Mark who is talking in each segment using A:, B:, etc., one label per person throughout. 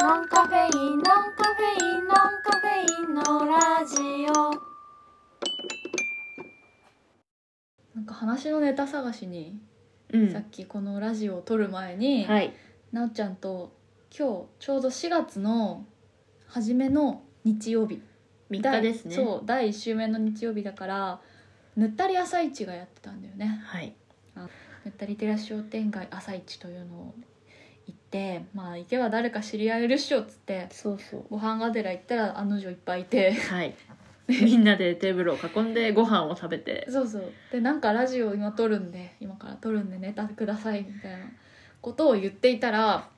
A: ノンカフェインノンカフェインノンカフェインのラジオ
B: なんか話のネタ探しに、
C: うん
B: さっきこのラジオを撮る前に、
C: はい
B: なおちゃんと今日ちょうど4月の初めの日曜日
C: 3日ですね
B: 第そう第1週目の日曜日だからぬったり朝市がやってたんだよね
C: はい
B: ぬったりテラス商店街朝市というのを行ってまあ行けば誰か知り合えるっしょっつって
C: そうそう
B: ご飯がてら行ったら案の定いっぱいい て
C: はいみんなでテーブルを囲んでご飯を食べて
B: そうそうでなんかラジオ今撮るんで今から撮るんでネタくださいみたいなことを言っていたら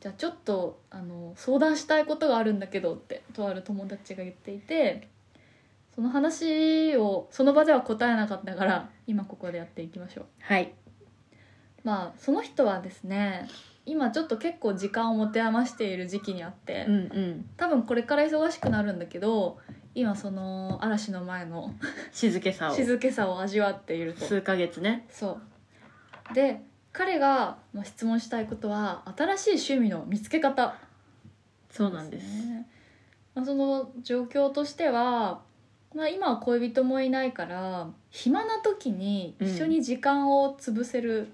B: じゃあちょっとあの相談したいことがあるんだけどってとある友達が言っていてその話をその場では答えなかったから今ここでやっていきましょう
C: はい
B: まあその人はですね今ちょっと結構時間を持て余している時期にあって、
C: うんうん
B: 多分これから忙しくなるんだけど今その嵐の前の
C: 静けさを
B: 静けさを味わっていると
C: 数ヶ月ね
B: そうで彼がまあ質問したいことは新しい趣味の見つけ方
C: そうなんです
B: ねまあ、その状況としては、まあ、今は恋人もいないから暇な時に一緒に時間を潰せる、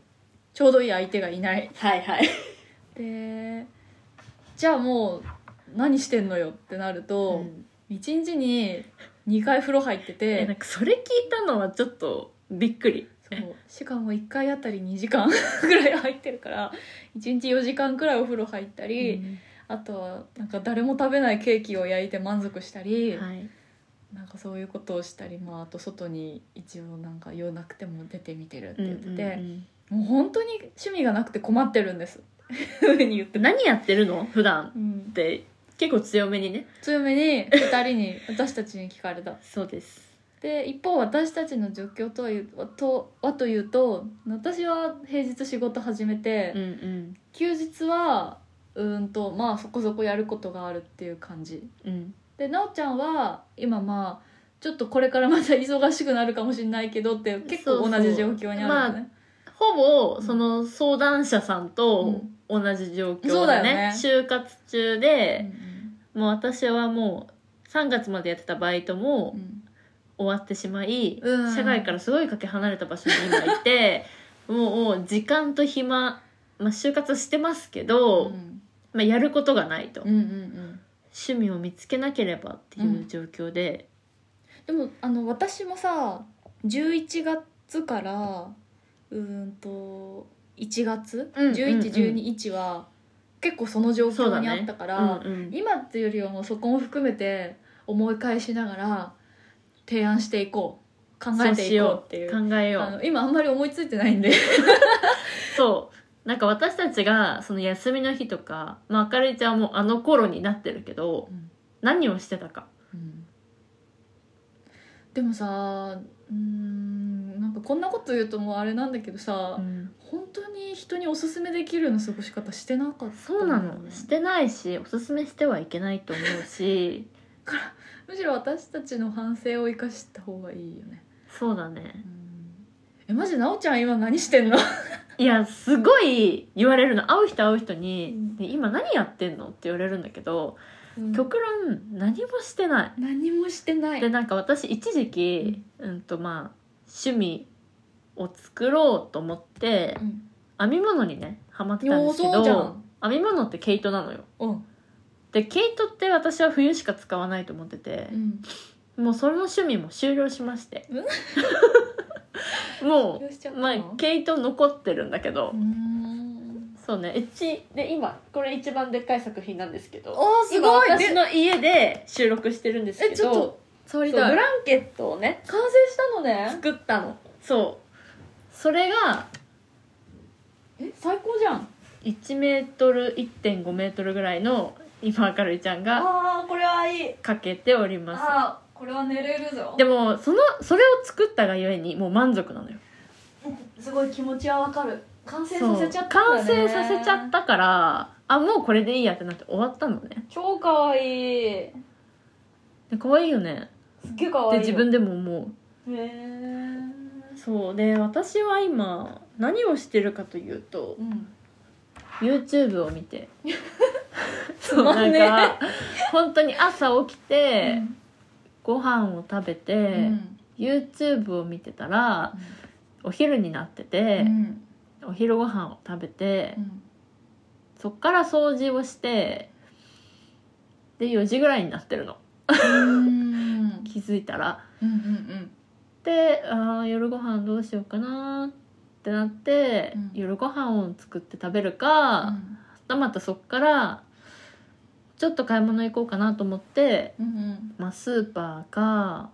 B: ちょうどいい相手がいない
C: はいはい
B: でじゃあもう何してんのよってなる
C: う
B: と、
C: ん
B: 一1日に2回風呂入って
C: えなん
B: て
C: かそれ聞いたのはちょっとびっくり
B: そうしかも1回あたり2時間 ぐらい入ってるから1日4時間くらいお風呂入ったり、あとはなんか誰も食べないケーキを焼いて満足したり、
C: はい
B: なんかそういうことをしたり、まあ、あと外に一応なんか用なくても出てみてるって言ってて、
C: うん
B: もう本当に趣味がなくて困ってるんです ふうに言って
C: うん何やってるの普段
B: う
C: っ
B: ん、
C: て結構強めにね
B: 強めに2人に私たちに聞かれた
C: そうです
B: で一方私たちの状況とはいうとはというと私は平日仕事始めて、
C: うんうん
B: 休日はうーんとまあそこそこやることがあるっていう感じ
C: うん
B: でなおちゃんは今まあちょっとこれからまた忙しくなるかもしれないけどって結構同じ状況にあるよね
C: ほぼその相談者さんと同じ状
B: そ
C: 況
B: うだ
C: だ
B: よね
C: ね,、就活中で、もう私はもう3月までやってたバイト
B: う
C: も
B: ん
C: 終わってしまい、
B: うん
C: 社会からすごいかけ離れた場所に今 いてもう時間と暇、まあ、就活してますけ
B: う
C: ど、
B: ん
C: まあ、やることがないと、
B: うんうんうん
C: 趣味を見つけなければっていう状況で、
B: でもあの私もさ11月からうーんと1月、
C: うんうんうん
B: 1112は結構その状
C: そうだ
B: 況に
C: ね
B: あったか
C: う
B: ら、
C: んうん
B: 今っていうよりはもうそこも含めて思い返しながら提案していこう考えていこうっていう
C: 考えよ
B: あ
C: う
B: の今あんまり思いついてないんで
C: そうなんか私たちがその休みの日とか、まあ、明るいちゃんはもうあの頃になってるけど、
B: うん
C: 何をしてたか
B: でもさうーんなんかこんなこと言うともうあれなんだけどさ、本当に人におすすめできるような過ごし方してなかったんだよね、
C: そうなの、してないしおすすめしてはいけないと思うし
B: むしろ私たちの反省を生かした方がいいよね
C: そうだね
B: えマジなおちゃん今何してんの
C: いやすごい言われるの会う人会う人に
B: うん
C: 「で今何やってんの?」って言われるんだけど極論何もしてな
B: 何もしてないい
C: でなんか私一時期、うんとまあ、趣味を作ろうと思って
B: うん
C: 編み物にねハマってたんですけ
B: いやそうじゃ
C: ど
B: ん
C: 編み物って毛糸なのよ
B: うん
C: で毛糸って私は冬しか使わないと思ってて
B: う、ん
C: もうその趣味も終了しまして、も
B: どうしちゃ
C: う
B: ったの
C: まあ毛糸残ってるんだけど、
B: うーん
C: そうねうちで今これ一番でっかい作品なんですけど
B: おーすごい
C: 今私の家で収録してるんですけど
B: えちょっと触り
C: そう
B: た
C: ブ
B: い
C: ランケットをね
B: 完成したのね
C: 作ったのそうそれが
B: え最高じゃん
C: 1メートル1 5メートルぐらいの今明るいちゃんが
B: ああこれはいい
C: かけております
B: あーこれは寝れるぞ
C: でもそのそれを作ったがゆえにもう満足なのよ
B: すごい気持ちはわかる完成
C: そう
B: させちゃったん
C: 完
B: だね
C: 成させちゃったからあもうこれでいいやってなって終わったのね
B: 超かわいい
C: で可愛いよね
B: すっげえかわい
C: で
B: い
C: 自分でもも
B: へ
C: う
B: え
C: そうで私は今何をしてるかというと
B: うん
C: YouTube を見て
B: つ
C: そう
B: ま
C: なんん
B: ねえ
C: か本当に朝起きて、
B: うん
C: ご飯を食べて、YouTube を見てたらお昼になってて
B: う、ん
C: お昼ご飯を食べて、
B: うん
C: そっから掃除をしてで4時ぐらいになってるの
B: うん
C: 気づいたら。
B: うんうん
C: であー夜ご飯どうしようかなってなって、
B: うん
C: 夜ご飯を作って食べるか、またまたそっからちょっと買い物行こうかなと思って、
B: うんうん
C: まあ、スーパーか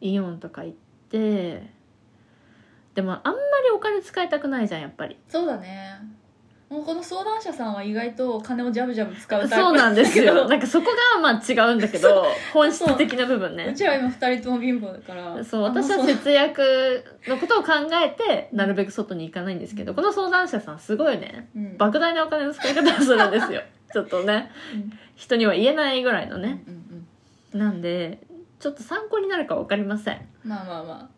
C: イオンとか行ってでもあんまりお金使いたくないじゃんやっぱり
B: そうだねもうこの相談者さんは意外と金をジャブジャブ使うタイプ
C: そうなんです
B: だけ
C: よ
B: ど
C: なんかそこがまあ違うんだけど本質的な部分
B: う
C: ね
B: ちら今二人とも貧乏だから
C: そう私
B: あん
C: は
B: まそう
C: 節約のことを考えてなるべく外に行かないんですけどこの相談者さんすごいね
B: うん
C: 莫大なお金の使い方をするんですよちょっとね
B: うん
C: 人には言えないぐらいのね
B: うんうん
C: なんでちょっと参考になるか分かりません
B: うんまあまあまあ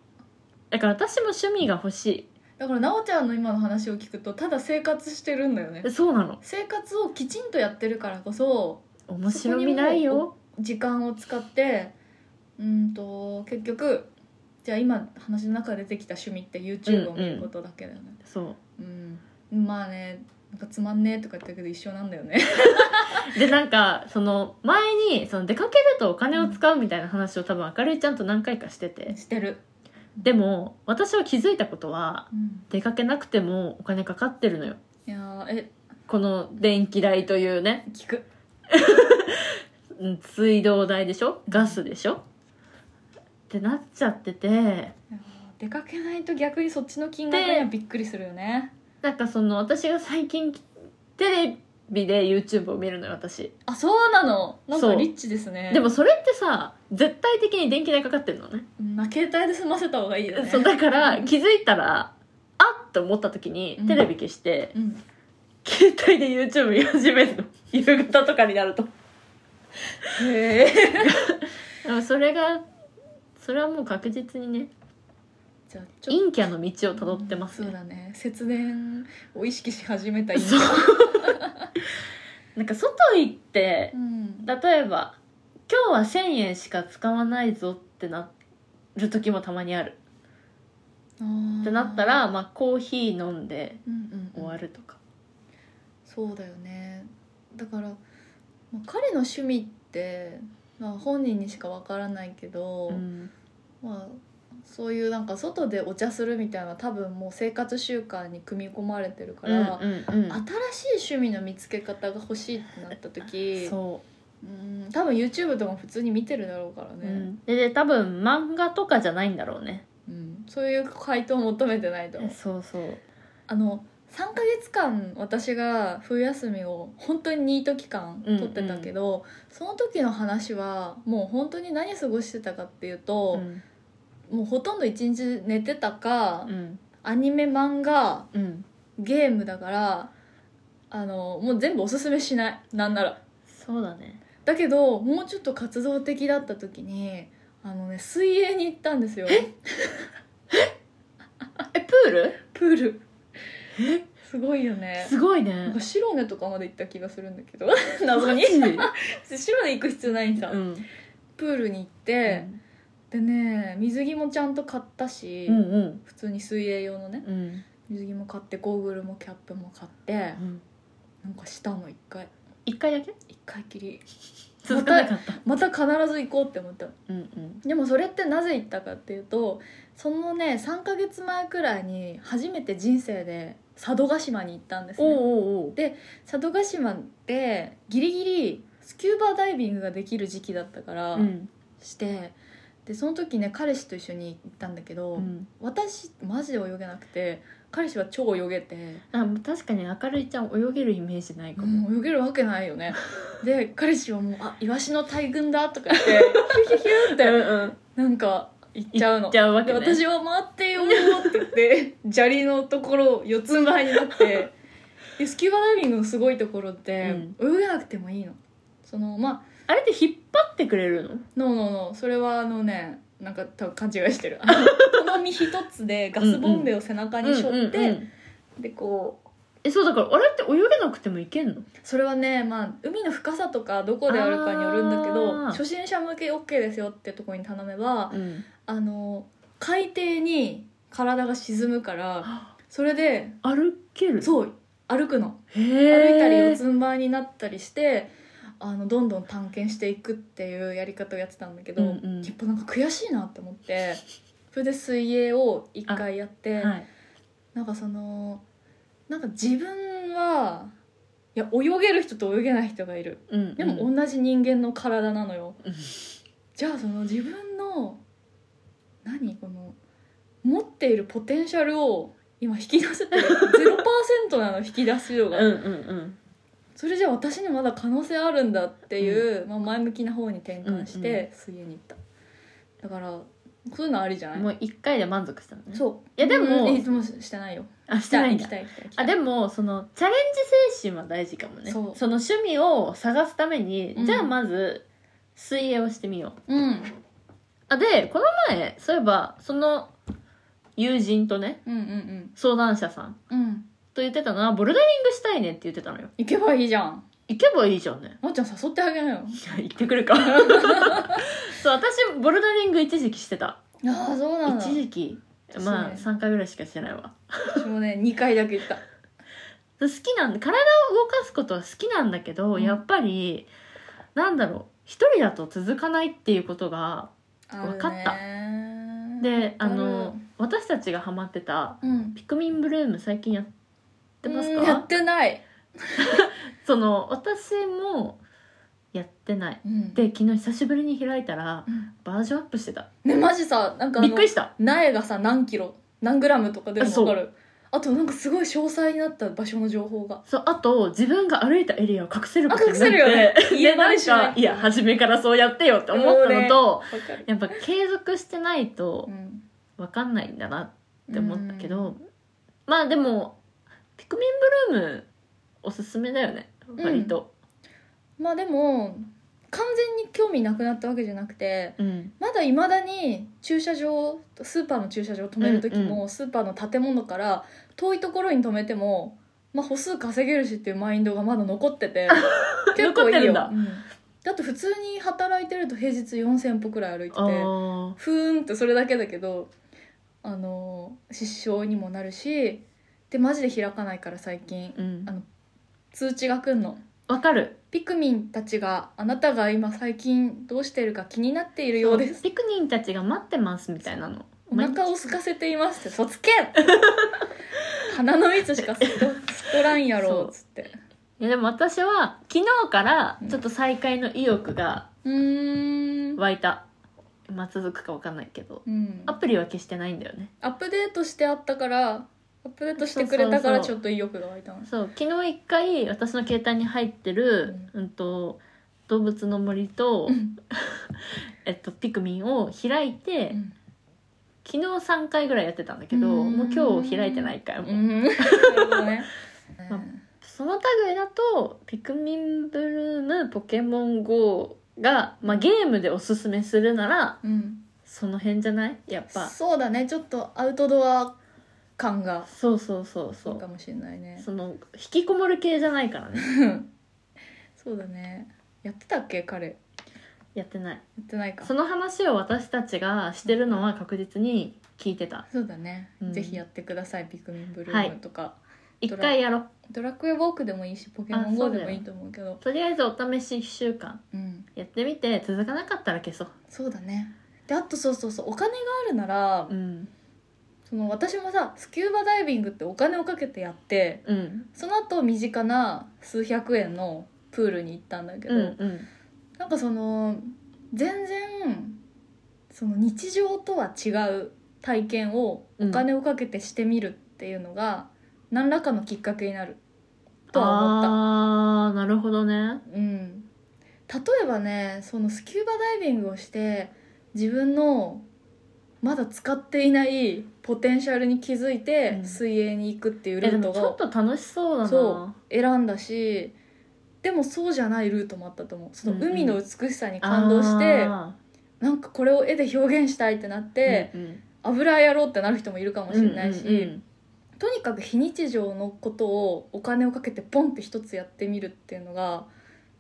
C: だから私も趣味が欲し
B: だから奈緒ちゃんの今の話を聞くとただ生活してるんだよね
C: いそうなの
B: 生活をきちんとやってるからこそ
C: 面白みないよ
B: 時間を使ってうんと結局じゃあ今話の中で出てきた趣味って YouTube を見ることだけだよね
C: そ
B: うん、まあねなんかつまんねえとか言ったけど一緒なんだよね
C: うでなんかその前にその出かけるとお金を使うみたいな話を多分あかりちゃんと何回かしてて
B: してる、
C: でも私は気づいたことは
B: うん、
C: 出かけなくてもお金かかってるのよ
B: いやーえ
C: この電気代というね
B: 聞く
C: うん水道代でしょガスでしょってなっちゃってて
B: いやー出かけないと逆にそっちの金額にはびっくりするよね
C: なんかその私が最近テレビで YouTube を見るのよ私
B: あそうなのなん
C: そ
B: か
C: う
B: リッチですね
C: でもそれってさ絶対的に電気代かかってるのね
B: うんまあ携帯で済ませた方がいいよね
C: そうだから気づいたらあっと思った時に
B: うん
C: テレビ消して、
B: うん
C: 携帯で YouTube 見始めるの夕方とかになると
B: へえ
C: でもそれがそれはもう確実にね
B: じゃあち
C: 陰キャの道をたどってます、
B: そう
C: ね
B: だね節電を意識し始めた今
C: そう なんか外行って
B: うん
C: 例えば今日は1,000円しか使わないぞってなる時もたまにある
B: あー
C: ってなったら、まあ、コーヒー飲んで
B: うんうんうん
C: 終わるとか、
B: そうだよねだから、まあ彼の趣味って、まあ、本人にしかわからないけど、
C: うん
B: まあ、そういうなんか外でお茶するみたいな多分もう生活習慣に組み込まれてるか
C: うん
B: ら、
C: うんうん
B: 新しい趣味の見つけ方が欲しいってなった時
C: そ
B: うん多分 YouTube とかも普通に見てるだろうから
C: う、
B: ね、
C: でで多分漫画とかじゃないんだろうね
B: うんそういう回答を求めてないと思う
C: そうそう
B: あの3ヶ月間私が冬休みを本当にニート期間取ってたけど、その時の話はもう本当に何過ごしてたかっていうと、
C: ん
B: もうほとんど一日寝てたか、
C: うん
B: アニメ漫画
C: うん
B: ゲームだからあのもう全部おすすめしないなんなら
C: そうだね
B: だけどもうちょっと活動的だった時にあのね水泳に行ったんですよ
C: えプール
B: プールすごいよね
C: すごい
B: なん
C: ね
B: か白根とかまで行った気がするんだけど
C: 謎
B: 謎に
C: う
B: 白根行く必要ないんさ、
C: ん
B: プールに行って、でね水着もちゃんと買ったし、
C: うんうん
B: 普通に水泳用のね
C: うん
B: 水着も買ってゴーグルもキャップも買ってなんかしたの一回
C: 一回だけ
B: 一回きり
C: 続かなかった
B: また必ず行こうって思ったの
C: うんうん
B: でもそれってなぜ行ったかっていうとそのね3ヶ月前くらいに初めて人生で佐渡島に行ったんですね
C: おうおう
B: 佐渡島ってギリギリスキューバダイビングができる時期だったから
C: うん
B: して、でその時ね彼氏と一緒に行ったんだけど、
C: うん
B: 私マジで泳げなくて彼氏は超泳げて、
C: あ確かに明るいちゃん泳げるイメージないか
B: も
C: も
B: う泳げるわけないよ ねで彼氏はもう「あイワシの大群だ」とか 言ってヒュヒュヒュって
C: うん
B: なんか行っちゃうの
C: 行っちゃうわけ
B: で
C: ね
B: 私は待ってよーって言って砂利のところを四つん這いになってでスキューバダイビングのすごいところって、泳げなくてもいいのそのまあ
C: あれって引っ張ってくれるの
B: ノーノーノーそれはあのねなんか多分勘違いして るあのこの身一つでガスボンベを背中に背負って、
C: うんうんうん
B: でこう
C: えそうだからあれって泳げなくてもいけんの
B: それはね、まあ、海の深さとかどこであるかによるんだけど
C: あー
B: 初心者向け OK ですよってとこに頼めば
C: うん
B: あの海底に体が沈むから
C: あ
B: それで
C: 歩ける
B: そう歩くの
C: へ
B: 歩いたり
C: え
B: 四つん這いになったりしてあのどんどん探検していくっていうやり方をやってたんだけど、
C: うんうん
B: やっぱなんか悔しいなって思ってそれで水泳を一回やって、
C: はい
B: なんかそのなんか自分はいや泳げる人と泳げない人がいる
C: うん
B: でも同じ人間の体なのよ、じゃあその自分の何この持っているポテンシャルを今引き出せて0%なの引き出し量
C: うん
B: が。
C: うんうん
B: それじゃあ私にまだ可能性あるんだっていう、まあ、前向きな方に転換し
C: うん
B: て水泳に行った、だからそういうのありじゃな
C: う
B: い
C: んもう一回で満足したのね
B: そう
C: いやでも
B: うんいつもしてないよ
C: あ
B: し
C: して
B: た
C: ないいん
B: 行き
C: だ
B: たい行きたい行きたい
C: あでもそのチャレンジ精神は大事かもね
B: そう
C: の趣味を探すために、
B: うん
C: じゃあまず水泳をしてみよう
B: うん
C: あでこの前そういえばその友人とね
B: うんうん
C: 相談者さん
B: うんうん
C: と言ってたのはボルダリングしたいねって言ってたのよ
B: 行けばいいじゃん
C: 行けばいいじゃんね
B: まっちゃん誘ってあげなよ
C: いや行ってく るかそう私ボルダリング一時期してた
B: ああそうなんだ
C: 一時期
B: 私ね
C: まあ3回ぐらいしかしてないわ
B: 私もね2回だけ行った
C: 好きなんで体を動かすことは好きなんだけど、
B: うん
C: やっぱりなんだろう一人だと続かないっていうことがわかった
B: あるね
C: であ
B: わ
C: の
B: か
C: 私たちがハマってた
B: るうん
C: ピクミンブルーム最近やってます
B: うんやっ
C: か
B: てない、
C: その私もやってない
B: うん、
C: で昨日久しぶりに開いたら
B: うん
C: バージョンアップしてた
B: ねマジさなんかあの
C: びっくりした
B: 苗がさ何キロ何グラムとかでも
C: あそう
B: 分かるあとなんかすごい詳細になった場所の情報が
C: そうあと自分が歩いたエリアを隠せることにな
B: あ
C: って
B: 隠せるよね 言
C: で
B: えな
C: ないん
B: しね
C: かいや初めからそうやってよって思ったのと、
B: 分かる
C: やっぱ継続してないと
B: うん
C: 分かんないんだなって思ったけど、まあでもピクミンブルームおすすめだよね
B: ん
C: 割と、
B: まあでも完全に興味なくなったわけじゃなくて
C: うん
B: まだいまだに駐車場スーパーの駐車場止める時も、
C: うん
B: スーパーの建物から遠いところに止めても、まあ、歩数稼げるしっていうマインドがまだ残ってて結構いいよ
C: 残ってるんだ
B: うんだって普通に働いてると平日4,000歩くらい歩いてて
C: あー
B: ふーんってそれだけだけどあの失笑にもなるしでマジで開かないから最近
C: うん
B: あの通知が来んの
C: わかる
B: ピクミンたちがあなたが今最近どうしてるか気になっているようです
C: ピクニンたちが待ってますみたいなの
B: お腹を空かせていますってそつけ鼻の蜜しか吸っと吸っとらんやろ
C: そう
B: っつって
C: いやでも私は昨日からちょっと再開の意欲が
B: うーん
C: 湧いた、まあ続くかわかんないけど
B: うん
C: アプリは消してないんだよね
B: アップデートしてあったからアップデートしてくれたから
C: そう
B: ち
C: そうそう
B: ょっと意欲が湧いたの
C: そう昨日一回私の携帯に入ってる、うんと動物の森と、
B: うん
C: えっと、ピクミンを開いて、
B: うん
C: 昨日3回ぐらいやってたんだけど
B: うん
C: もう今日開いてないから、もう
B: うんなるほどね
C: まあその類だとピクミンブルームポケモン GO が、まあ、ゲームでおすすめするなら
B: うん
C: その辺じゃないやっぱ
B: そうだねちょっとアウトドア感が
C: そうそうそうそ
B: そううかもしれないね
C: その引きこもる系じゃないからね
B: そうだねやってたっけ彼や
C: やってない
B: ってないか
C: その話を私たちがしてるのは確実に聞いてた
B: そうだね、
C: うん
B: ぜひやってくださいピクミンブル
C: は
B: ー
C: い
B: ムとか、
C: 一回やろう
B: ドラクエウォークでもいいしポケモ
C: あ
B: ン
C: そう
B: GO
C: だ
B: で
C: よ
B: もいいと思うけど
C: とりあえずお試し1週間
B: うん
C: やってみて続かなかったら消そう
B: そうだねであとそうそうそうお金があるなら、
C: うん
B: その私もさスキューバダイビングってお金をかけてやって
C: うん
B: その後身近な数百円のプールに行ったんだけど、
C: うんうん
B: なんかその全然その日常とは違う体験をお金をかけてしてみるっていうのが何らかのきっかけになるとは思っ
C: あーなるほどね
B: た、うん、例えばねそのスキューバダイビングをして自分のまだ使っていないポテンシャルに気づいて
C: うん
B: 水泳に行くっていうル
C: えで
B: ート
C: もちょ
B: を
C: っと楽しそうだな
B: そう選んだしでもそうじゃないルートもあったと思うその海の美しさに感動して、
C: あ
B: なんかこれを絵で表現したいってなって、
C: うん
B: 油絵やろうってなる人もいるかもしれないし、
C: うんうん
B: とにかく非日常のことをお金をかけてポンって一つやってみるっていうのが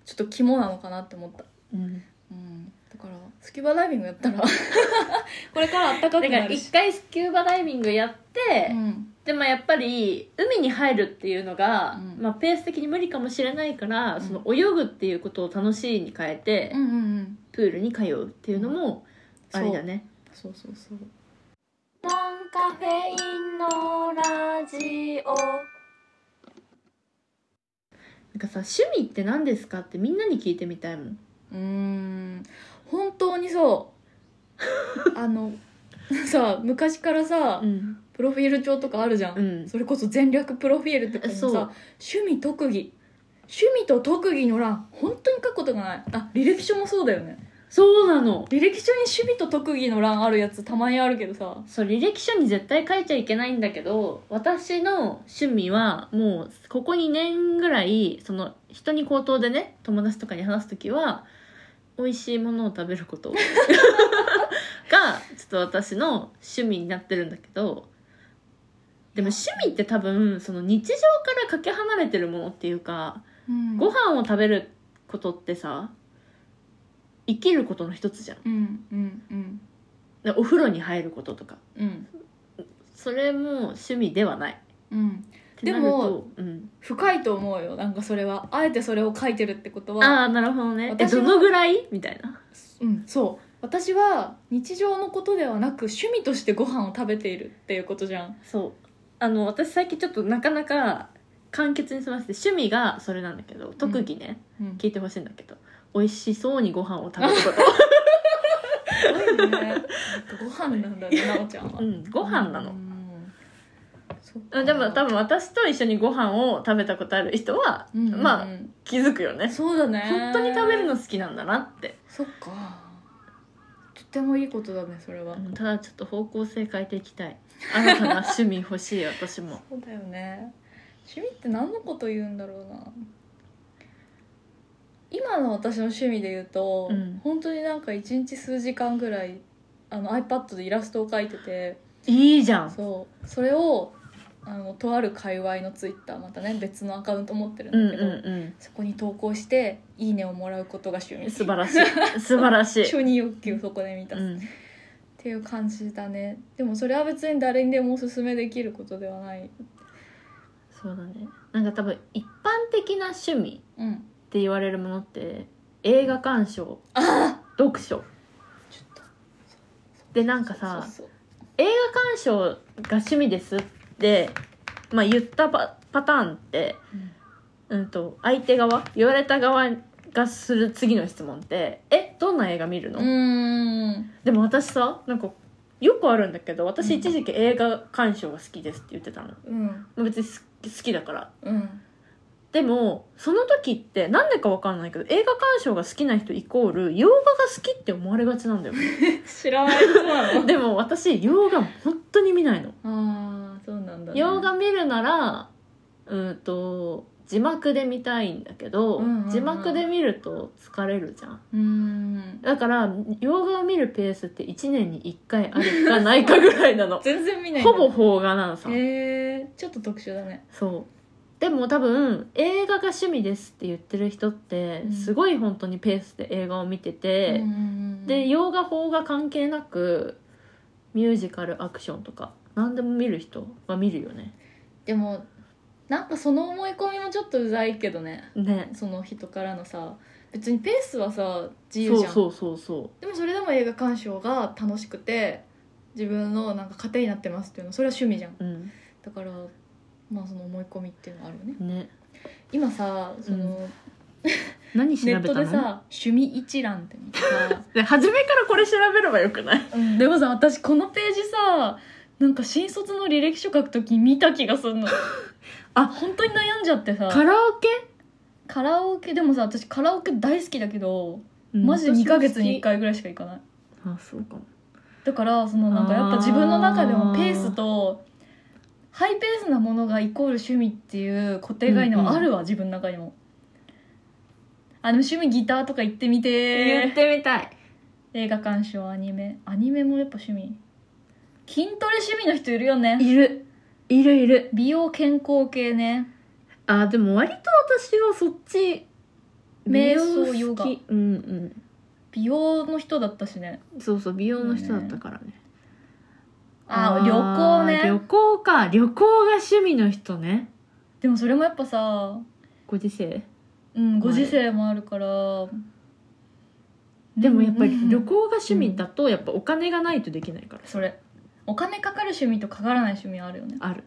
B: ちょっと肝なのかなって思った、
C: うんうん
B: うん、だからスキューバダイビングやった らこれからあったかく
C: だか
B: な
C: ら
B: る
C: 一
B: し、
C: 回スキューバダイビングやって、
B: うん
C: でもやっぱり海に入るっていうのが、
B: うん
C: まあ、ペース的に無理かもしれないから、
B: ん
C: その泳ぐっていうことを楽しいに変えて、
B: うんうんうん
C: プールに通うっていうのもあれだね
B: そうそうそう
A: ノンカフェインのラジオ
C: なんかさ趣味って何ですかってみんなに聞いてみたいもん
B: うーん本当にそう あのさ昔からさ、
C: ん、
B: プロフィール帳とかあるじゃん、
C: うん、
B: それこそ全略プロフィールとかにさ
C: そう
B: 趣味特技趣味と特技の欄本当に書くことがないあ履歴書もそうだよね
C: そうなの
B: 履歴書に趣味と特技の欄あるやつたまにあるけどさ
C: そう履歴書に絶対書いちゃいけないんだけど私の趣味はもうここ2年ぐらいその人に口頭でね友達とかに話す時は美味しいものを食べることがちょっと私の趣味になってるんだけどでも趣味って多分その日常からかけ離れてるものっていうかご
B: 飯
C: 飯を食べることってさ生きることの一つじゃん
B: うんうんうん
C: でお風呂に入ることとか
B: うん
C: それも趣味ではない
B: うん
C: でも、うん、
B: 深いと思うよなんかそれはあえてそれを書いてるってことは
C: ああなるほどねえ
B: 私
C: ど
B: も
C: のぐらいみたいな
B: うん、そう私は日常のことではなく趣味としてご飯を食べているっていうことじゃん
C: そうあの私最近ちょっとなかなか簡潔に済ませて趣味がそれなんだけど特技ね、
B: うん
C: 聞いてほしいんだけど美味しそうにご飯を食べるこ
B: すごいねなんかご飯なんだねなおちゃんは
C: と、うん、 ご飯なの、
B: うんそっか
C: うん、でも多分私と一緒にご飯を食べたことある人は、
B: うんうんうん
C: まあ気づくよね
B: そうだね
C: 本当に食べるの好きなんだなって、
B: そっかとてもいいことだねそれは、
C: うんただちょっと方向性変えていきたい新たな趣味欲しい私も
B: そうだよね趣味って何のこと言うんだろうな今の私の趣味で言うと、
C: うん
B: 本当になんか一日数時間ぐらいあの iPad でイラストを描いてて
C: いいじゃん
B: そうそれをあのとある界隈のツイッターまたね別のアカウント持ってる
C: う
B: ん
C: んう
B: だ
C: ん
B: けど、
C: うん
B: そこに投稿して「いいね」をもらうことが趣味
C: 素晴らしい素晴ら しい、
B: 承認欲求をそこで満た
C: う
B: す、っ
C: ん、
B: ていう感じだねでもそれは別に誰にでもおすすめできることではない
C: そうだねなんか多分一般的な趣味
B: うん
C: って言われるものって映画鑑賞読書
B: ちょっと
C: でなんかさ
B: そうそう
C: 映画鑑賞が趣味ですって、まあ、言ったパパターンって、うん、と相手側言われた側がする次の質問って「えどんな映画見るの
B: うーん
C: でも私さなんかよくあるんだけど
B: う
C: 私
B: ん
C: 一時期映画鑑賞が好きですって言ってたの、
B: うん
C: 別に好き好きだから
B: うん
C: でもその時ってなんでかわかんないけど映画鑑賞が好きな人イコール洋画が好きって思われがちなん だよ
B: 知らない人なの
C: でも私洋画本当に見ないの
B: ああそうなんだ、ね、
C: 洋画見るならうんと字幕で見たいんだけど、
B: うんうんうん
C: 字幕で見ると疲れるじゃん
B: うーん
C: だから洋画を見るペースって1年に1回あるかないかぐらいな の
B: 全然見ないんだ
C: ほぼ邦画なのさ、
B: へえちょっと特殊だね
C: そうでも多分映画が趣味ですって言ってる人って、
B: うん
C: すごい本当にペースで映画を見てて、で
B: で
C: 洋画邦画関係なくミュージカルアクションとか何でも見る人は見るよね
B: でもなんかその思い込みもちょっとうざいけどね
C: ね
B: その人からのさ別にペースはさ自由
C: そ
B: じ
C: う
B: ゃん
C: そうそうそ
B: でもそれでも映画鑑賞が楽しくて自分のなんか糧になってますっていうのそれは趣味じゃん
C: ううん
B: だからまあその思い込みっていうのはあるよね
C: ね
B: 今さその、
C: 何調べ
B: ネッ
C: た
B: ト
C: の
B: でさ趣味一覧って見てさ
C: ね初めからこれ調べればよくない
B: でもさ私このページさなんか新卒の履歴書書くとき見た気がするの
C: あ
B: 本当に悩んじゃってさ
C: カラオケ、
B: カラオケでもさ私カラオケ大好きだけどマジで2ヶ月に1回ぐらいしか行かない
C: あそうかも
B: だからそのなんかやっぱ自分の中でもペースとハイペースなものがイコール趣味っていう固定概念はあるわ、自分の中にもあでも趣味ギターとか行ってみて
C: 言ってみたい
B: 映画鑑賞アニメアニメもやっぱ趣味筋トレ趣味の人いるよね
C: いるいるいる
B: 美容健康系ね
C: あーでも割と私はそっち
B: 瞑想
C: 美容好きうんうん
B: 美容の人だったしね
C: そうそう美容の人だったからね
B: あ
C: ー
B: あ旅行
C: 旅
B: ね
C: 行か旅行が趣味の人ね
B: でもそれもやっぱさ、
C: ご時世
B: うん、ご時世もあるから、
C: でもやっぱ
B: うん
C: り旅行が趣味だとやっぱお金がないとできないから
B: それお金かかる趣味とかからない趣味あるよね
C: ある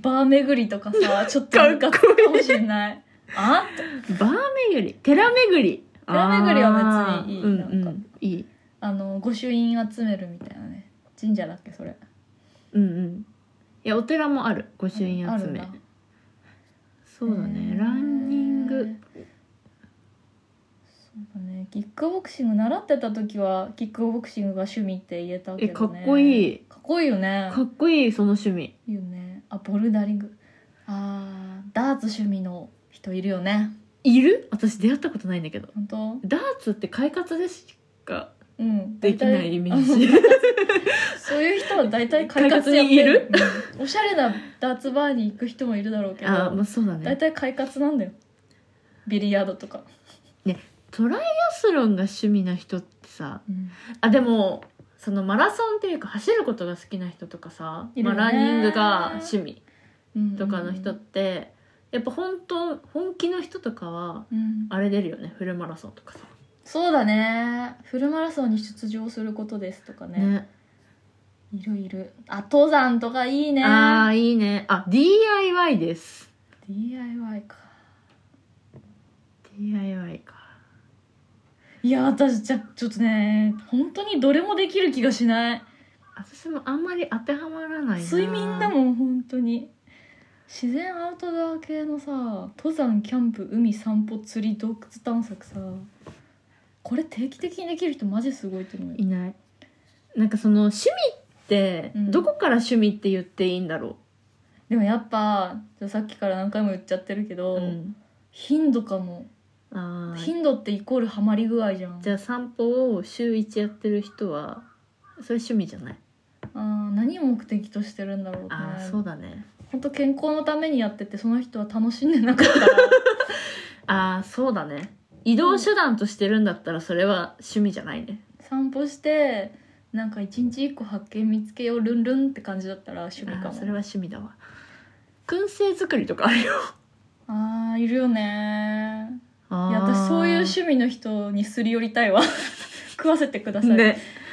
B: バー巡りとか さちょっとなんか
C: かっこいい
B: かもしれないあって
C: バー巡り寺巡り
B: 寺巡りは別にいい
C: あー
B: なんか
C: うんうん、いい
B: あの御朱印集めるみたいなね神社だっけそれ
C: うんうんいやお寺もある御朱印
B: あ
C: 集
B: るん
C: め
B: だ
C: そうだね
B: へー
C: ランニング
B: そうだねキックボクシング習ってた時はキックボクシングが趣味って言えたけど、ね、
C: えかっこいい
B: かっこいいよね
C: かっこいいその趣味
B: いいよねあボルダリングあーダーツ趣味の人いるよね
C: いる私出会ったことないんだけど
B: 本当
C: ダーツって快活でしか
B: うん
C: できないイメージ
B: 大体そういう人は大体快活やって る、うんおしゃれなダーツバーに行く人もいるだろうけど
C: あーまあそうだ
B: 大
C: ね
B: 体快活なんだよビリヤードとか、
C: トライアスロンが趣味な人ってさあでもそのマラソンっていうか走ることが好きな人とかさ、
B: いる
C: まあ、
B: よね
C: ランニングが趣味
B: うん
C: とかの人って、やっぱ本当本気の人とかは
B: うん
C: あれ出るよねフルマラソンとかさ、
B: そうだねフルマラソンに出場することですとかね
C: ね
B: いるいるあ登山とかいいね
C: ああいいねあ DIY です
B: DIY か
C: DIY か
B: いや私じゃちょっとね本当にどれもできる気がしない
C: 私もあんまり当てはまらないな
B: 睡眠だもん本当に自然アウトドア系のさ登山キャンプ海散歩釣り洞窟探索さこれ定期的にできる人マジすごいと思うよ
C: いないなんかその趣味って
B: うん
C: どこから趣味って言っていいんだろ
B: でもやっぱさっきから何回も言っちゃってるけ
C: う、
B: ど、
C: うん
B: 頻度かも、
C: あー
B: 頻度ってイコールハマり具合じゃん
C: じゃあ散歩を週1やってる人はそれ趣味じゃない
B: あー何を目的としてるんだろうね
C: ああそうだね
B: 本当健康のためにやっててその人は楽しんでなかった ら
C: ああそうだね移動手段としてるんだったらそれは趣味じゃないね、
B: 散歩してなんか一日一個発見見つけようルンルンって感じだったら趣味か
C: あ
B: も
C: あそれは趣味だわ燻製作りとかあるよ
B: あーいるよね
C: あ
B: いや私そういう趣味の人にすり寄りたいわ 食わせてください、
C: ね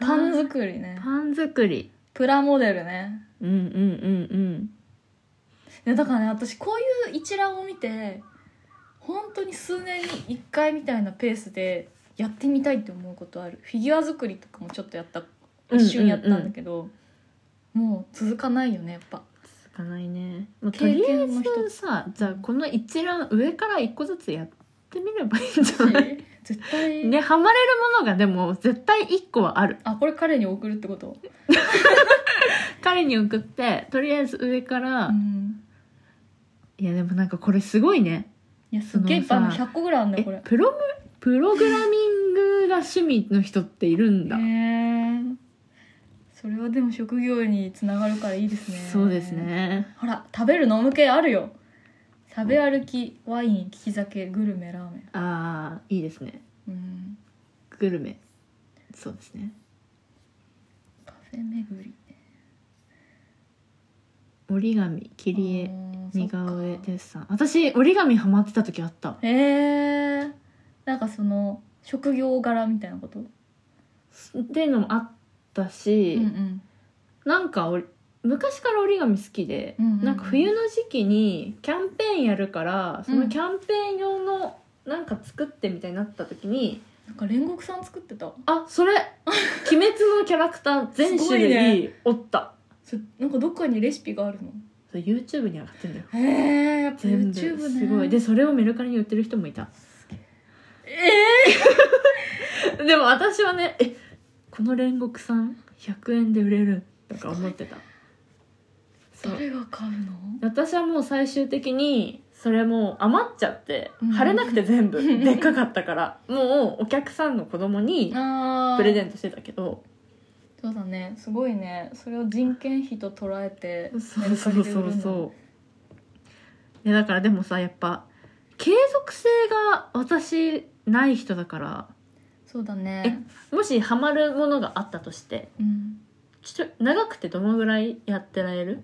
B: パン作りね
C: パン作り
B: プラモデルね
C: うんうんうん
B: いやだからね私こういう一覧を見て本当に数年に1回みたいなペースでやってみたいって思うことあるフィギュア作りとかもちょっとやった
C: うん
B: 一瞬やったんだけど、もう続かないよねやっ ぱ
C: 続かないね、まあ、と
B: 経
C: りあえ
B: 験の一つ
C: ずさじゃあこの一覧上から一個ずつやってみればいいんじゃない
B: 絶対、
C: ねハマれるものがでも絶対一個はある
B: あこれ彼に送るってこと、
C: 彼に送ってとりあえず上から、
B: うん、
C: いやでもなんかこれすごいね
B: いやすっげえいっぱいあるの
C: その
B: 100個ぐらいあるんだ
C: え
B: よこれ
C: プログプログラミングが趣味の人っているんだ、
B: へえそれはでも職業につながるからいいですね
C: そうですね
B: ほら食べる飲む系あるよ食べ歩きワイン利き酒グルメラーメン
C: ああいいですね
B: うん
C: グルメそうですね
B: カフェ巡り
C: 折り紙切り絵
B: あー
C: 似顔
B: そ
C: 絵
B: っか
C: デッサン私折り紙ハマってた時あった
B: へえー、なんかその職業柄みたいなこと、
C: っていうのもあったし、
B: ん
C: なんかおり昔から折り紙好きで、
B: うんうんうん
C: なんか冬の時期にキャンペーンやるからそのキャンペーン用のなんか作ってみたいになった時に、
B: なんか煉獄さん作ってた
C: あそれ鬼滅のキャラクター全種
B: すごい
C: 類おった、
B: そなんかどっかにレシピがあるの
C: それ YouTube に上がってんだよ
B: へえやっぱ
C: 全部
B: YouTube ね
C: すごいでそれをメルカリに売ってる人もいた
B: え
C: でも私はねえこの煉獄さん100円で売れるとか思ってた
B: ー、
C: そう
B: 誰が買うの
C: 私はもう最終的にそれもう余っちゃって
B: うん
C: 貼れなくて全 部でっかかったからもうお客さんの子供に
B: あ
C: プレゼ
B: ン
C: ントしてたけど
B: そうだねすごいねそれを人件費と捉えて
C: そうそうそう
B: う
C: そういやだからでもさやっぱ継続性が私ない人だから
B: そうだね
C: もしハマるものがあったとして
B: うん
C: ちょ長くてどのぐらいやってられる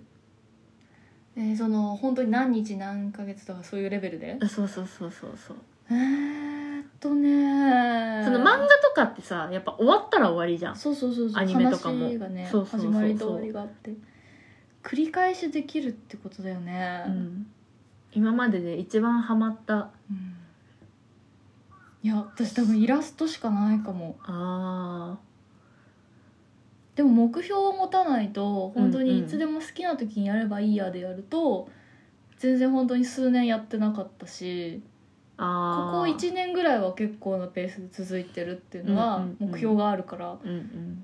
D: えーその本当に何日何ヶ月とかそういうレベルで
C: そうそうそうそうそう
B: えーっとね
C: その漫画とかってさやっぱ終わったら終わりじゃん
B: そうそうそうそう
C: アニメとかも
B: 話がね
C: そうそうそうそう
B: 始まりと終わりがあって繰り返しできるってことだよね、
C: うん、今までで一番ハマった
B: うんいや私多分イラストしかないかも
C: あ
B: でも目標を持たないと本当
C: うん
B: に
C: う
B: い
C: ん
B: つでも好きな時にやればいいやでやると全然本当に数年やってなかったし
C: ーあ
B: ここ
C: ー
B: 1年ぐらいは結構なペースで続いてるっていうの
C: うん
B: は
C: うんうん
B: 目標があるから
C: うんうん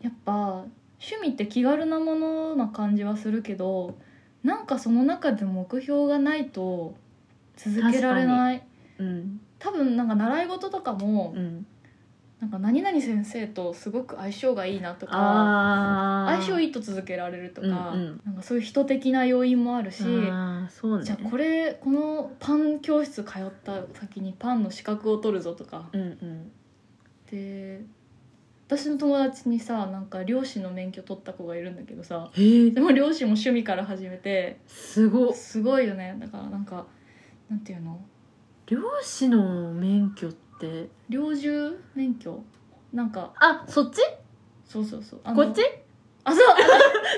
B: やっぱ趣味って気軽なものな感じはするけどなんかその中で目標がないと続けられない
C: うん
B: 多分なんか習い事とかも
C: うん
B: なんか何々先生とすごく相性がいいなとか
C: ああ
B: 相性
C: い
B: いいと続けられるとか、
C: うんうん
B: なんかそういう人的な要因もあるし
C: あーそうね
B: じゃあこれこのパン教室通った先にパンの資格を取るぞとか
C: うんうん
B: で私の友達にさなんか漁師の免許取った子がいるんだけどさ
C: えー、
B: でも漁師も趣味から始めて
C: すごっ
B: すごいよねだからなんかなんていうの
C: 漁師の免許って
B: 猟銃免許なんか
C: あそっち
B: そうそうそうあの
C: こっち
B: あそう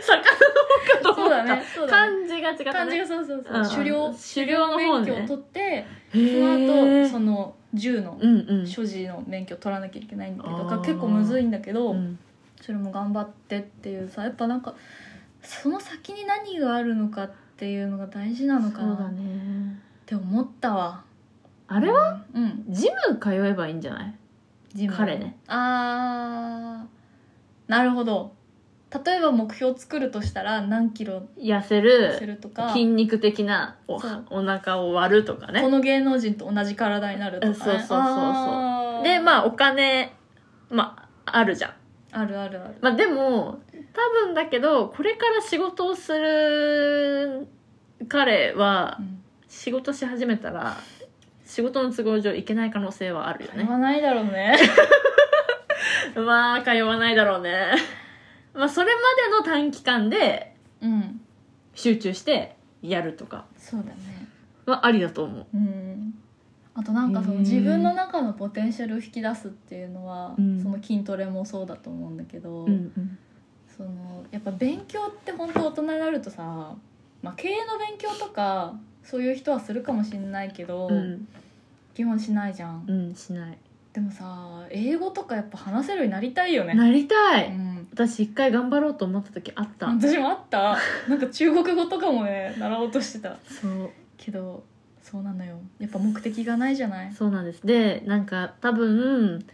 B: あ
C: 魚の方かと
B: そう
C: 思
B: だ
C: った
B: ねそうだね
C: 漢字が違った、ね、
B: 感じがそうそうそう、
C: うん
B: 狩猟
C: 狩猟の方
B: 免
C: ね
B: 許を取って、
C: へ
B: その
C: ー
B: 後その銃の
C: うんうん
B: 所持の免許取らなきゃいけないんだけど、
C: あー
B: から結構むずいんだけど、
C: うん
B: それも頑張ってっていうさやっぱなんかその先に何があるのかっていうのが大事なのか
C: そうだ
B: なっ
C: ね
B: て思ったわ
C: あれは
B: うん
C: ジム通えばいいんじゃない
B: ジム
C: 彼ね
B: あーなるほど例えば目標作るとしたら何キロ
C: 痩せ
B: す
C: る
B: るとか
C: 筋肉的なお
B: そう
C: お腹を割るとか
B: こ
C: ね
B: の芸能人と同じ体になるとか、ね、
C: そうそうそうそうで
B: あ
C: まあお金まああるじゃん
B: ーあるあるある
C: まあでも多分だけどこれから仕事をする彼は
B: うん
C: 仕事し始めたら仕事の都合上行けない可能性はあるよ
B: 言
C: ね
B: わないだろうね
C: まあ通わないだろうねまあそれまでの短期間で
B: うん
C: 集中してやるとか
B: そうだね
C: はありだと思う
B: うんあとなんかその
C: へー
B: 自分の中のポテンシャルを引き出すっていうのは、
C: うん
B: その筋トレもそうだと思うんだけど、
C: うん
B: そのやっぱ勉強って本当大人になるとさ、まあ、経営の勉強とかそういう人はするかもしれないけど、
C: うん
B: 基本しないじゃん、
C: うんしない
B: でもさ英語とかやっぱ話せるようになりたいよね
C: なりた
B: う
C: い
B: ん、
C: 私一回頑張ろうと思った時あった
B: 私もあったなんか中国語とかもね習おうとしてた
C: そう
B: けどそうなのよやっぱ目的がないじゃない
C: そうなんですでなんか多分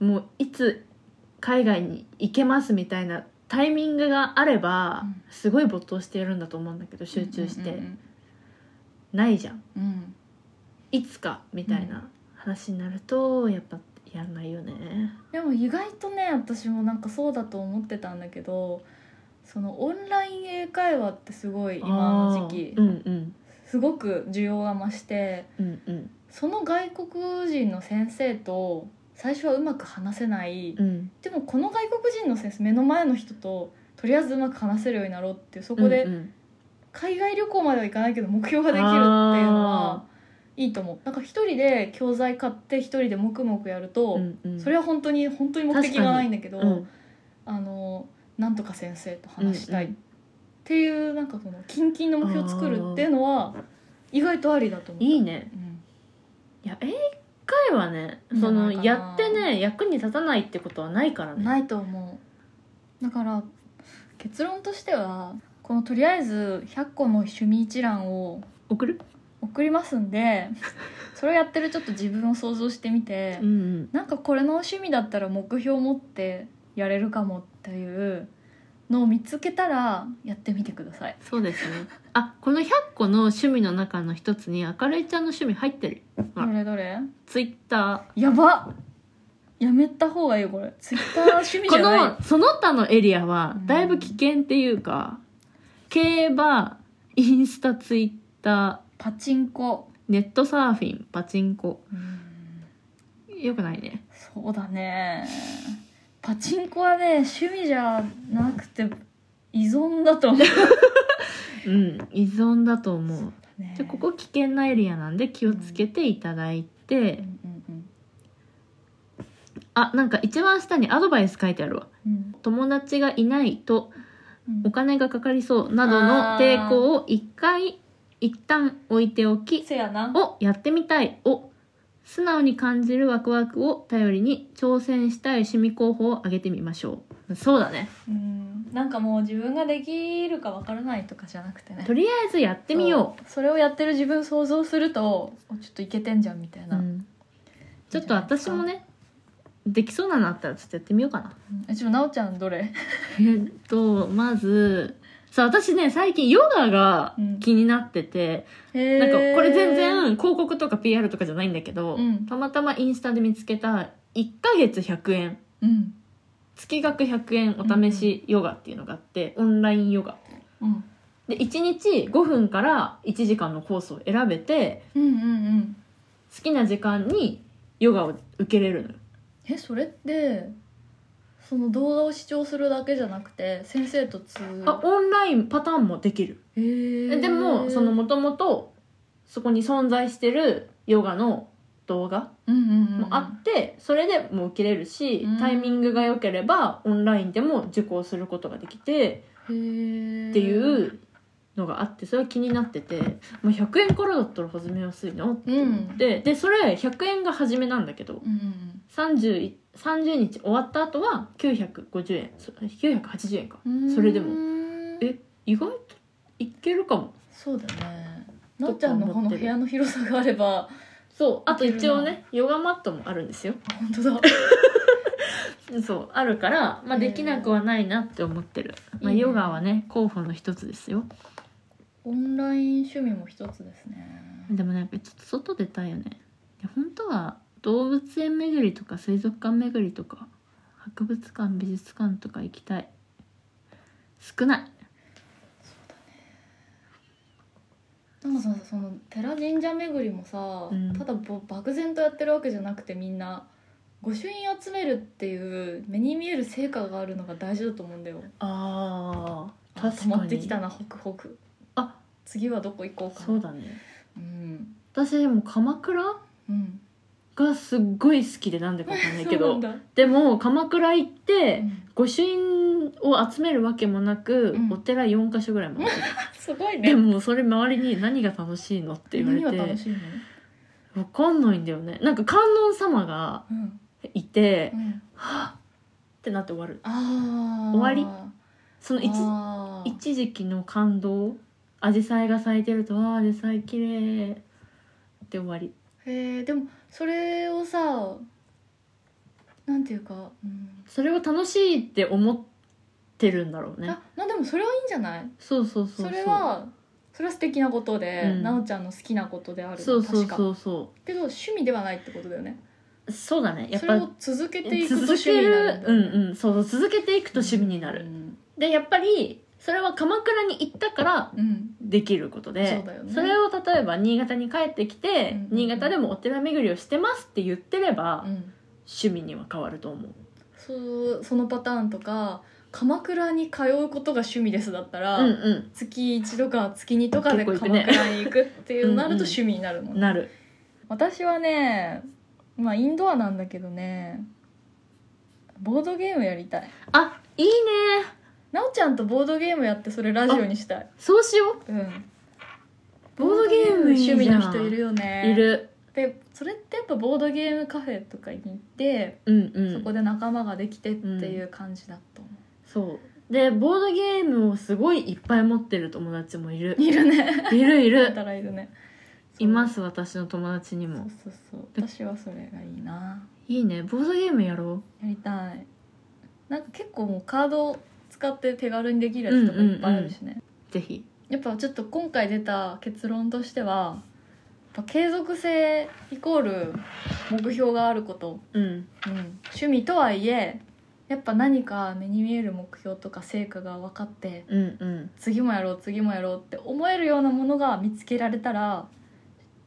C: もういつ海外に行けますみたいなタイミングがあれば、
B: うん
C: すごい没頭しているんだと思うんだけど集中して、
B: うん
C: ないじゃん
B: うんうん
C: いつかみたいな話になるとやっぱやんないよね
B: でも意外とね私もなんかそうだと思ってたんだけどそのオンライン英会話ってすごい今の時期、
C: あーうんうん
B: すごく需要が増して
C: うんうん
B: その外国人の先生と最初はうまく話せない、
C: うん
B: でもこの外国人の先生目の前の人ととりあえずうまく話せるようになろうっていうそこ
C: う
B: で
C: んうん
B: 海外旅行まではいかないけど目標ができるっていうのは
C: あ
B: いいと思うなんか一人で教材買って一人で黙々やると、
C: うんうん
B: それは本当に本当に目的がないんだけど、
C: うん
B: あのなんとか先生と話したいっていうなんかそのキンキンの目標を作るっていうのは意外とありだと思う。
C: いいね
B: うん
C: いや英会話ねその
B: いいんじゃないかな
C: やってね役に立たないってことはないからね
B: ないと思うだから結論としてはこのとりあえず100個の趣味一覧を
C: 送る
B: 送りますん でそれをやってるちょっと自分を想像してみて、
C: うんうん
B: なんかこれの趣味だったら目標を持ってやれるかもっていうのを見つけたらやってみてください
C: そうですねあこの100個の趣味の中の一つに明るいちゃんの趣味入ってるあ
B: どれどれ
C: ツイッタ
B: やばやめた方がいいよこれツイッター趣味
C: ー
B: じ
C: こ
B: ゃない
C: のその他のエリアは
B: うん
C: だいぶ危険っていうか、競馬インスタツイッタ
B: パチンコ
C: ーネットサーフィンパチンコ
B: うん
C: よくないね
B: そうだねパチンコはね趣味じゃなくて依存だ と思う、
C: うん依存だと思う
B: ね、
C: でここ危険なエリアなんで気をつけていただいて、
B: うんうんうん
C: あなんか一番下にアドバイス書いてあるわ
B: うん
C: 友達がいないと
B: うん
C: お金がかかりそうなどの抵抗を一回一旦置いておき
B: せやな
C: をやってみたいを素直に感じるワクワクを頼りに挑戦したい趣味候補を挙げてみましょうそうだね
B: うんなんかもう自分ができるかわからないとかじゃなくてね
C: とりあえずやってみよ、
B: そうそれをやってる自分想像するとおちょっといけてんじゃんみたいう
C: う
B: な、
C: んちょっと私もねできそうなのあったらちょっとやってみようかな
B: えちょなおちゃんどれ
C: えっとまずさあ私ね最近ヨガが気になってて、
B: な
C: なんかこれ全然広告とか PR とかじゃないんだけど、
B: うん
C: たまたまインスタで見つけた1ヶ月100円
B: うん
C: 月額100円お試しヨガっていうのがあって、オンラインヨガ
B: うん
C: で1日5分から1時間のコースを選べて
B: うんうんうん
C: 好きな時間にヨガを受けれるのよ
B: えそれってその動画を視聴するだけじゃなくて先生と通
C: あオンラインパターンもできる
B: へ
C: え
B: ー
C: でもそのもともとそこに存在してるヨガの動画
B: うんうんうん
C: もあって、それでも受けれるし、
B: うん
C: タイミングが良ければオンラインでも受講することができて
B: へー
C: っていうのがあってそれは気になってて、まあ、100円からだったら始めやすいなって思って、でそれ100円が初めなんだけど
B: うん
C: 30, 30日終わった後は950円そ980円か
B: うんうん
C: それでも
B: も
C: え意外といけるかも
B: そうだねなおちゃんのこの部屋の広さがあれば
C: そうあと
B: いけるな
C: 一応ねヨガマットもあるんですよ
B: 本当だ
C: そうあるから、まあ、できなくはないなって思ってる、まあ、
B: いいね
C: ヨガはね候補の一つですよ
B: オンライン趣味も一つですね
C: でもなんかちょっと外出たいよねで本当は動物園巡りとか水族館巡りとか博物館美術館とか行きたい少ない
B: なんかさその寺神社巡りもさ、
C: うん
B: ただぼ漠然とやってるわけじゃなくてみんな御朱印集めるっていう目に見える成果があるのが大事だと思うんだよ
C: あ
B: あ溜まってきたなホクホク
C: あ
B: 次はどこ行こうかな
C: そうだね
B: うん
C: 私でも鎌倉
B: うん
C: がすっごい好きでなんでかわかんない
B: そ
C: け
B: うな
C: ど
B: んだ
C: でも鎌倉行って、
B: うん
C: 御朱印を集めるわけもなく、
B: うん
C: お寺4か所ぐらいも
B: すごい
C: で
B: ね
C: もそれ周りに何が楽しいのって言われ
B: 何が
C: て
B: 楽しいの
C: わかんないんだよねなんか観音様が
B: うん
C: いて、
B: う
C: っ
B: ん
C: てなって終わる
B: あー
C: 終わその一
B: あー
C: 一時期の感動紫陽花が咲いてるとああ紫陽花綺麗って終わり
B: へえでもそれをさなんていうか、うん、
C: それを楽しいって思ってるんだろうね
B: あなでもそれはいいんじゃない
C: そうそうそうう
B: それはそれは素敵なことで、
C: うん
B: なおちゃんの好きなことである
C: そうそう
B: 確か
C: そうそ
B: けど趣味ではないってことだよね
C: うそうだねやっ
B: それ
C: ぱ
B: を続けていくと
C: 続
B: 趣味
C: け
B: にな
C: る
B: るんだ
C: う
B: よね、
C: んうんそうそう続けていくと趣味になる、
B: うん
C: でやっぱりそれは鎌倉に行ったから
B: うん
C: できることで
B: そうだよね
C: れを例えば新潟に帰ってきて、
B: うんうんうん
C: 新潟でもお寺巡りをしてますって言ってれば、
B: うん
C: 趣味には変わると思う
B: そうそのパターンとか鎌倉に通うことが趣味ですだったら、
C: うんう
B: 月1度か月2とかで鎌
C: 結構行くね
B: 倉に行くっていうなると
C: うんうん
B: 趣味になるもん
C: んなる
B: 私はねまあインドアなんだけどねボードゲームやりたい
C: あいいね
B: なおちゃんとボードゲームやってそれラジオにしたい
C: そうしよ
B: うん
C: うボードゲームいいじ
B: 趣
C: ゃん
B: 味の人いるよね
C: いる
B: でそれってやっぱボードゲームカフェとかに行って、
C: うんうん
B: そこで仲間ができてっていう感じだと思
C: そうでボードゲームをすごいいっぱい持ってる友達もいる
B: う、いるね
C: いるい
B: 働
C: る
B: たらいるね
C: います私の友達に
B: そう
C: も
B: そうそう私はそれがいいない
C: いねボードゲームやろ
B: やりたいなんか結構もうカード使って手軽にできるやつとかいっぱいあるしね、
C: ぜひ
B: やっぱちょっと今回出た結論としてはやっぱ継続性イコール目標があること、
C: うん
B: うん、趣味とはいえやっぱ何か目に見える目標とか成果が分かって
C: うんうん
B: 次もやろう次もやろうって思えるようなものが見つけられたら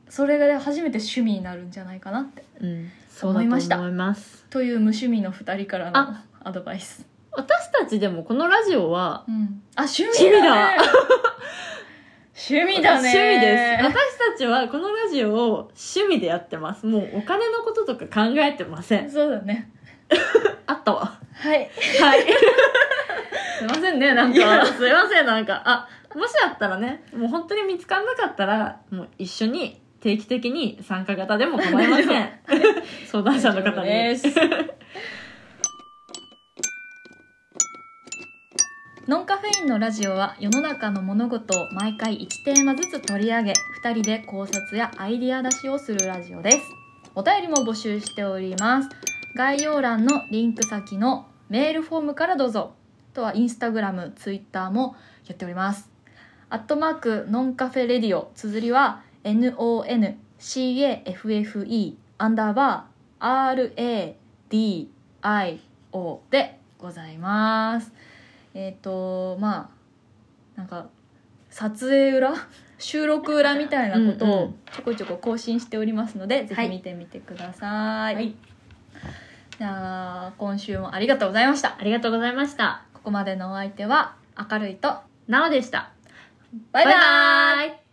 B: それで初めて趣味になるんじゃないかなって
C: うんそうだと
B: 思いました
C: 思います
B: という無趣味の2人からの
C: あ
B: アドバイス、
C: 私たちでもこのラジオは
B: うん、あ趣味だね 趣味だね
C: 趣味です私たちはこのラジオを趣味でやってますもうお金のこととか考えてません
B: そうだね
C: あったわ
B: はい
C: はい
B: すいませんねなん
C: いや
B: か
C: すいませんなんかあもしあったらねもう本当に見つからなかったらもう一緒に定期的に参加型でも構いません 相談者の方に
B: 大丈夫です ノンカフェインのラジオは世の中の物事を毎回1テーマずつ取り上げ2人で考察やアイディア出しをするラジオですお便りも募集しております概要欄のリンク先のメールフォームからどうぞあとはインスタグラム、ツイッターもやっておりますアットマークノンカフェレディオ綴りは NONCAFFE アンダーバー RADIO でございますえっ、とまあなんか撮影 裏収録裏みたいなこと
C: うんう
B: を
C: ん
B: ちょこちょこ更新しておりますので、ぜ
C: は
B: ひ
C: い
B: 見てみてください、
C: はい
B: じゃあ今週もありがとうございました
C: ありがとうございました
B: ここまでのお相手は明るいと
C: なおでした
B: バイバイ
C: バイバイ